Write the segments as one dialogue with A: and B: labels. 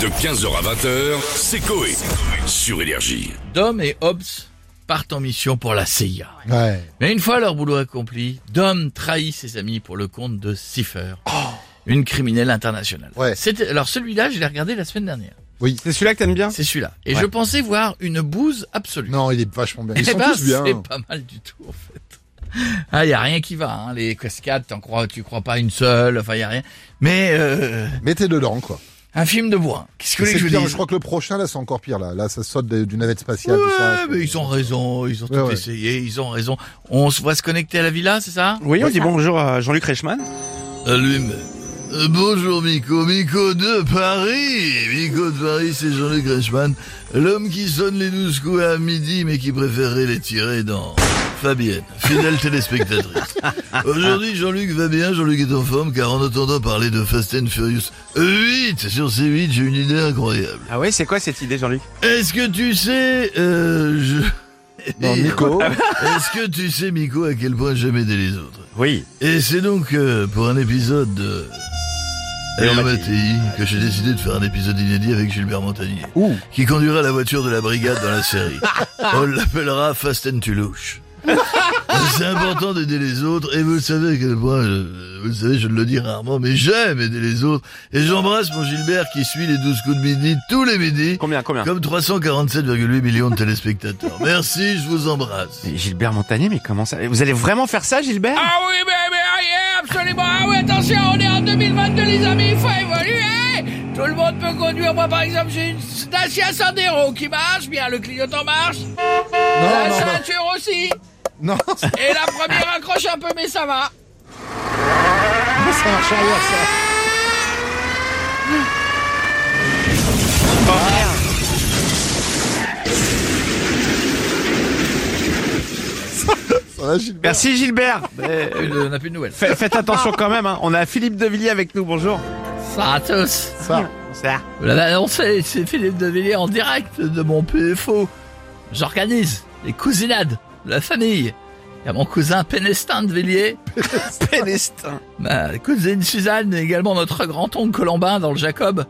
A: De 15h à 20h, c'est Coé. Sur Énergie.
B: Dom et Hobbes partent en mission pour la CIA.
C: Ouais.
B: Mais une fois leur boulot accompli, Dom trahit ses amis pour le compte de Cipher, une criminelle internationale.
C: Ouais.
B: C'était- Alors celui-là, je l'ai regardé la semaine dernière.
D: C'est celui-là que t'aimes bien
B: C'est celui-là. Et je pensais voir une bouse absolue.
C: Non, il est vachement bien.
B: Eh
C: Ils sont
B: ben,
C: tous bien.
B: C'est pas mal du tout en fait. Ah, y a rien qui va. hein. Les cascades, t'en crois, tu crois pas une seule. Enfin, y a rien. Mais euh,
C: Mettez dedans, quoi.
B: un film de bois. Qu'est-ce que
C: C'est
B: les je vous
C: pire,
B: dise
C: je crois que le prochain, là, c'est encore pire, là. Là, ça saute des- du navette spatiale,
B: Ouais,
C: tout ça.
B: mais ils ont raison, ils ont
C: Ouais,
B: tout
C: ouais.
B: essayé, ils ont raison. On se voit se connecter à la villa, c'est ça
D: Oui, on dit bonjour à Jean-Luc Reichmann.
B: Allume. Euh, bonjour Miko, Miko de Paris. Miko de Paris, c'est Jean-Luc Reichmann, l'homme qui sonne les douze coups à midi mais qui préférerait les tirer dans Fabienne, fidèle téléspectatrice. Aujourd'hui, Jean-Luc va bien, Jean-Luc est en forme car en entendant parler de Fast and Furious 8 sur C8, j'ai une idée incroyable.
D: Ah ouais, c'est quoi cette idée, Jean-Luc
B: Est-ce que tu sais, euh, je...
C: Non, Nico.
B: Est-ce que tu sais, Miko, à quel point j'aime aider les autres
D: Oui.
B: Et c'est donc euh, pour un épisode de
D: Léon
B: Léon
D: Mattei.
B: Mattei que j'ai décidé de faire un épisode inédit avec Gilbert Montagnier,
C: Ouh.
B: qui conduira la voiture de la brigade dans la série. On l'appellera Fast and Toulouche. c'est important d'aider les autres, et vous le savez à quel point, je- vous le savez, je le dis rarement, mais j'aime aider les autres, et j'embrasse mon Gilbert qui suit les 12 coups de midi tous les midis,
D: Combien, combien
B: comme 347,8 millions de téléspectateurs. Merci, je vous embrasse.
D: Mais Gilbert Montagnier, mais comment ça Vous allez vraiment faire ça, Gilbert
E: Ah oui, mais, mais rien, absolument. Ah oui, attention, on est en 2022, les amis, il faut évoluer. Tout le monde peut conduire. Moi, par exemple, j'ai une Dacia Sandero qui marche bien, le clignotant marche. la
C: Non,
E: ceinture aussi.
C: non, non. Non, ça
E: Et la première accroche un peu, mais ça va.
C: marche arrière, ça. Ça va, Gilbert
D: Merci, Gilbert Euh,
B: On n'a plus de nouvelles.
D: fa- Faites attention quand même, hein. on a Philippe Devilliers avec nous, bonjour.
B: Ça à tous.
C: Ça.
D: Ça.
B: Vous l'avez annoncé, c'est Philippe de Villiers en direct de mon PFO. J'organise les cousinades de la famille. Il y a mon cousin Pénestin de Villiers,
D: Pénestin.
B: ma cousine Bah, Suzanne et également notre grand-oncle Colombin dans le Jacob,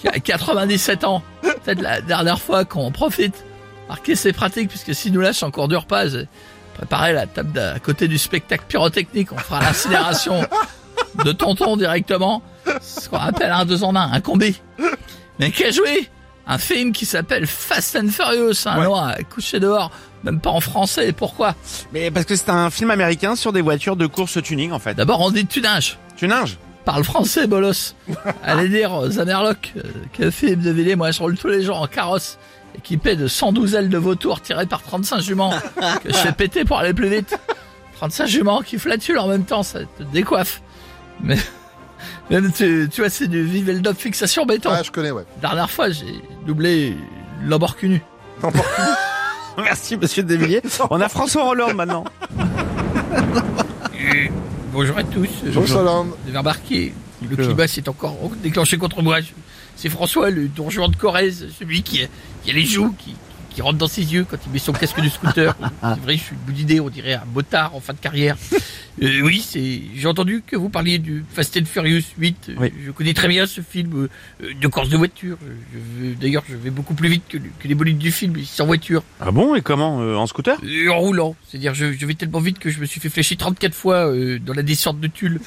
B: qui a 97 ans. Peut-être la dernière fois qu'on en profite. Marquez ses pratiques, puisque s'il nous lâche en cours du repas, j'ai préparé la table d'à à côté du spectacle pyrotechnique. On fera l'incinération de tonton directement. Ce qu'on appelle un deux en un, un combi. Mais qu'a joué un film qui s'appelle Fast and Furious, un noir couché dehors, même pas en français. Pourquoi
D: Mais parce que c'est un film américain sur des voitures de course tuning, en fait.
B: D'abord, on dit tunage.
D: Tu ninges
B: parle français, bolos. Allez dire aux Zamerloc euh, que Philippe de Villiers, moi, je roule tous les jours en carrosse, équipé de 112 ailes de vautour tirées par 35 juments, que je fais péter pour aller plus vite. 35 juments qui flatulent en même temps, ça te décoiffe. Mais, même tu, tu vois, c'est du viveldop fixation béton.
C: Ah, je connais, ouais.
B: Dernière fois, j'ai doublé l'emborcunu.
D: Merci, monsieur Devilliers. On a François Hollande maintenant.
B: Bonjour à tous.
C: Bonjour, Hollande.
B: Vous avez remarqué, le climat s'est encore déclenché contre moi. Je- C'est François, le donjon de Corrèze, celui qui a, qui a les joues, qui, qui rentre dans ses yeux quand il met son casque de scooter. C'est vrai, je suis une bonne idée, on dirait un motard en fin de carrière. Euh, oui, c'est. J'ai entendu que vous parliez du Fast and Furious 8. Euh,
D: Oui.
B: Je connais très bien ce film euh, euh, de course de voiture. Euh, je veux- D'ailleurs, je vais beaucoup plus vite que, le- que les bolides du film, sans voiture.
D: Ah bon, et comment euh, En scooter
B: Euh, en roulant. C'est-à-dire, je, je vais tellement vite que je me suis fait flécher 34 fois euh, dans la descente de Tulle.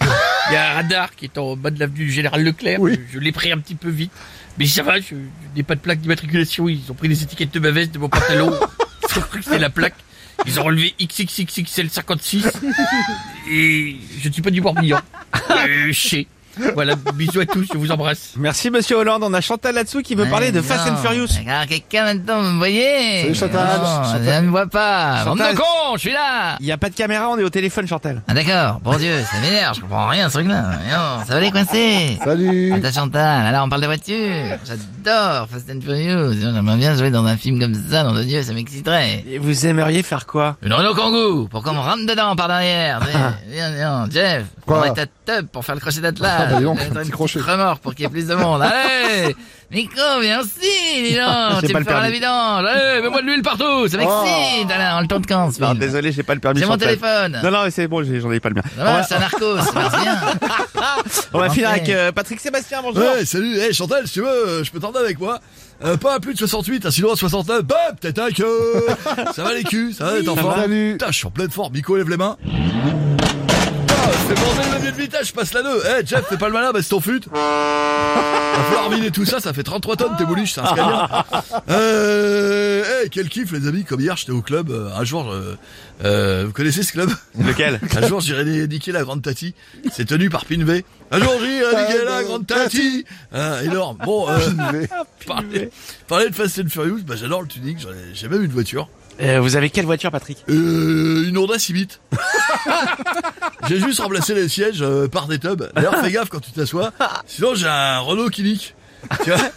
B: Il y a un radar qui est en bas de l'avenue du Général Leclerc. Je, je l'ai pris un petit peu vite. Mais ça va, je, je n'ai pas de plaque d'immatriculation. Ils ont pris les étiquettes de ma veste, de mon pantalon. Ils ont cru que c'était la plaque. Ils ont relevé XXXXL56. Et je ne suis pas du Morbihan. Euh, chez. Voilà, bisous à tous, je vous embrasse.
D: Merci, monsieur Hollande. On a Chantal là-dessous qui veut parler de Fast and Furious.
E: Alors, quelqu'un maintenant, vous voyez
C: Salut, Chantal.
E: Non, Je ne vois pas. Bande
D: Chantal.
E: de cons, je suis là.
D: Il n'y a pas de caméra, on est au téléphone, Chantal.
E: Ah d'accord, bon Dieu, ça m'énerve, je comprends rien ce truc-là. Non, ça va les coincer.
C: Salut.
E: Ah, t'as Chantal, alors on parle de voiture. J'adore Fast and Furious. J'aimerais bien jouer dans un film comme ça, nom de Dieu, ça m'exciterait.
D: Et vous aimeriez faire quoi
E: Une Renault Kangoo, pour qu'on me rentre dedans par derrière. Mais, Viens, viens, Jeff,
C: Quoi
E: on est à top pour faire le crochet d'Atlas.
B: Voilà.
C: dis donc,
B: Euh,
C: un
B: t'as
C: petit
B: une
C: crochet.
B: petite remorque pour qu'il y ait plus de monde. Allez Nico, viens aussi, dis donc
D: J'ai
B: Tu peux
D: pas le
B: faire la
D: permis.
B: vidange Allez, mets-moi de l'huile partout Ça m'excite Alain, en le temps de 15
D: Non, Ah, désolé, j'ai pas le permis.
B: J'ai mon
D: Chantal.
B: téléphone
D: Non, non, mais c'est bon, j'ai- j'en ai pas le mien.
B: Ça va, c'est un narcos, c'est pas bien
D: On va finir
B: Ok.
D: avec euh, Patrick Sébastien, bonjour.
F: Ouais, salut, hey, Chantal, si tu veux, euh, je peux t'emmener avec moi. Euh, pas à plus de 68, à sinon à 69, bam, t'es tac, euh, ça va les culs, ça va, t'es en
C: ça va.
F: forme.
C: Salut.
F: Putain, je suis en pleine forme, Nico, lève les mains. Putain, c'est bordel le levier de vitesse, je passe la 2. Eh, Jeff, fais pas le malin, bah c'est ton fut. Va falloir miner tout ça, ça fait 33 tonnes, t'es bouluche, c'est un Scania. Euh, eh, quel kiff, les amis, comme hier, j'étais au club, euh, un jour, euh, euh, vous connaissez ce club?
D: Lequel
F: Un jour, j'irai ni- niquer la grande tati. C'est tenu par Pinvé. Un jour, j'irai
C: Ah,
F: niquer la grande tati. Ah, énorme. Bon, euh, parler, parler de Fast and Furious, bah, j'adore le tuning. j'en ai- J'ai même une voiture.
D: Euh, Vous avez quelle voiture, Patrick
F: Euh, une Honda Civic. j'ai juste remplacé les sièges euh, par des tubs. D'ailleurs, fais gaffe quand tu t'assois. Sinon, j'ai un Renault qui nique. Tu vois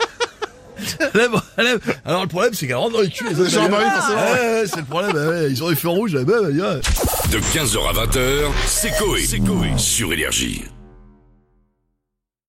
F: Lève, lève. Alors le problème c'est qu'elle rentre dans les culs les autres
C: Jean-Marie,
F: bagnoles.
C: forcément.
F: Ouais, ouais, c'est le problème, Ah ouais, ouais, ils ont bah, les feux rouges là-bas, ouais.
A: De 15h à 20h, c'est Coé sur Énergie.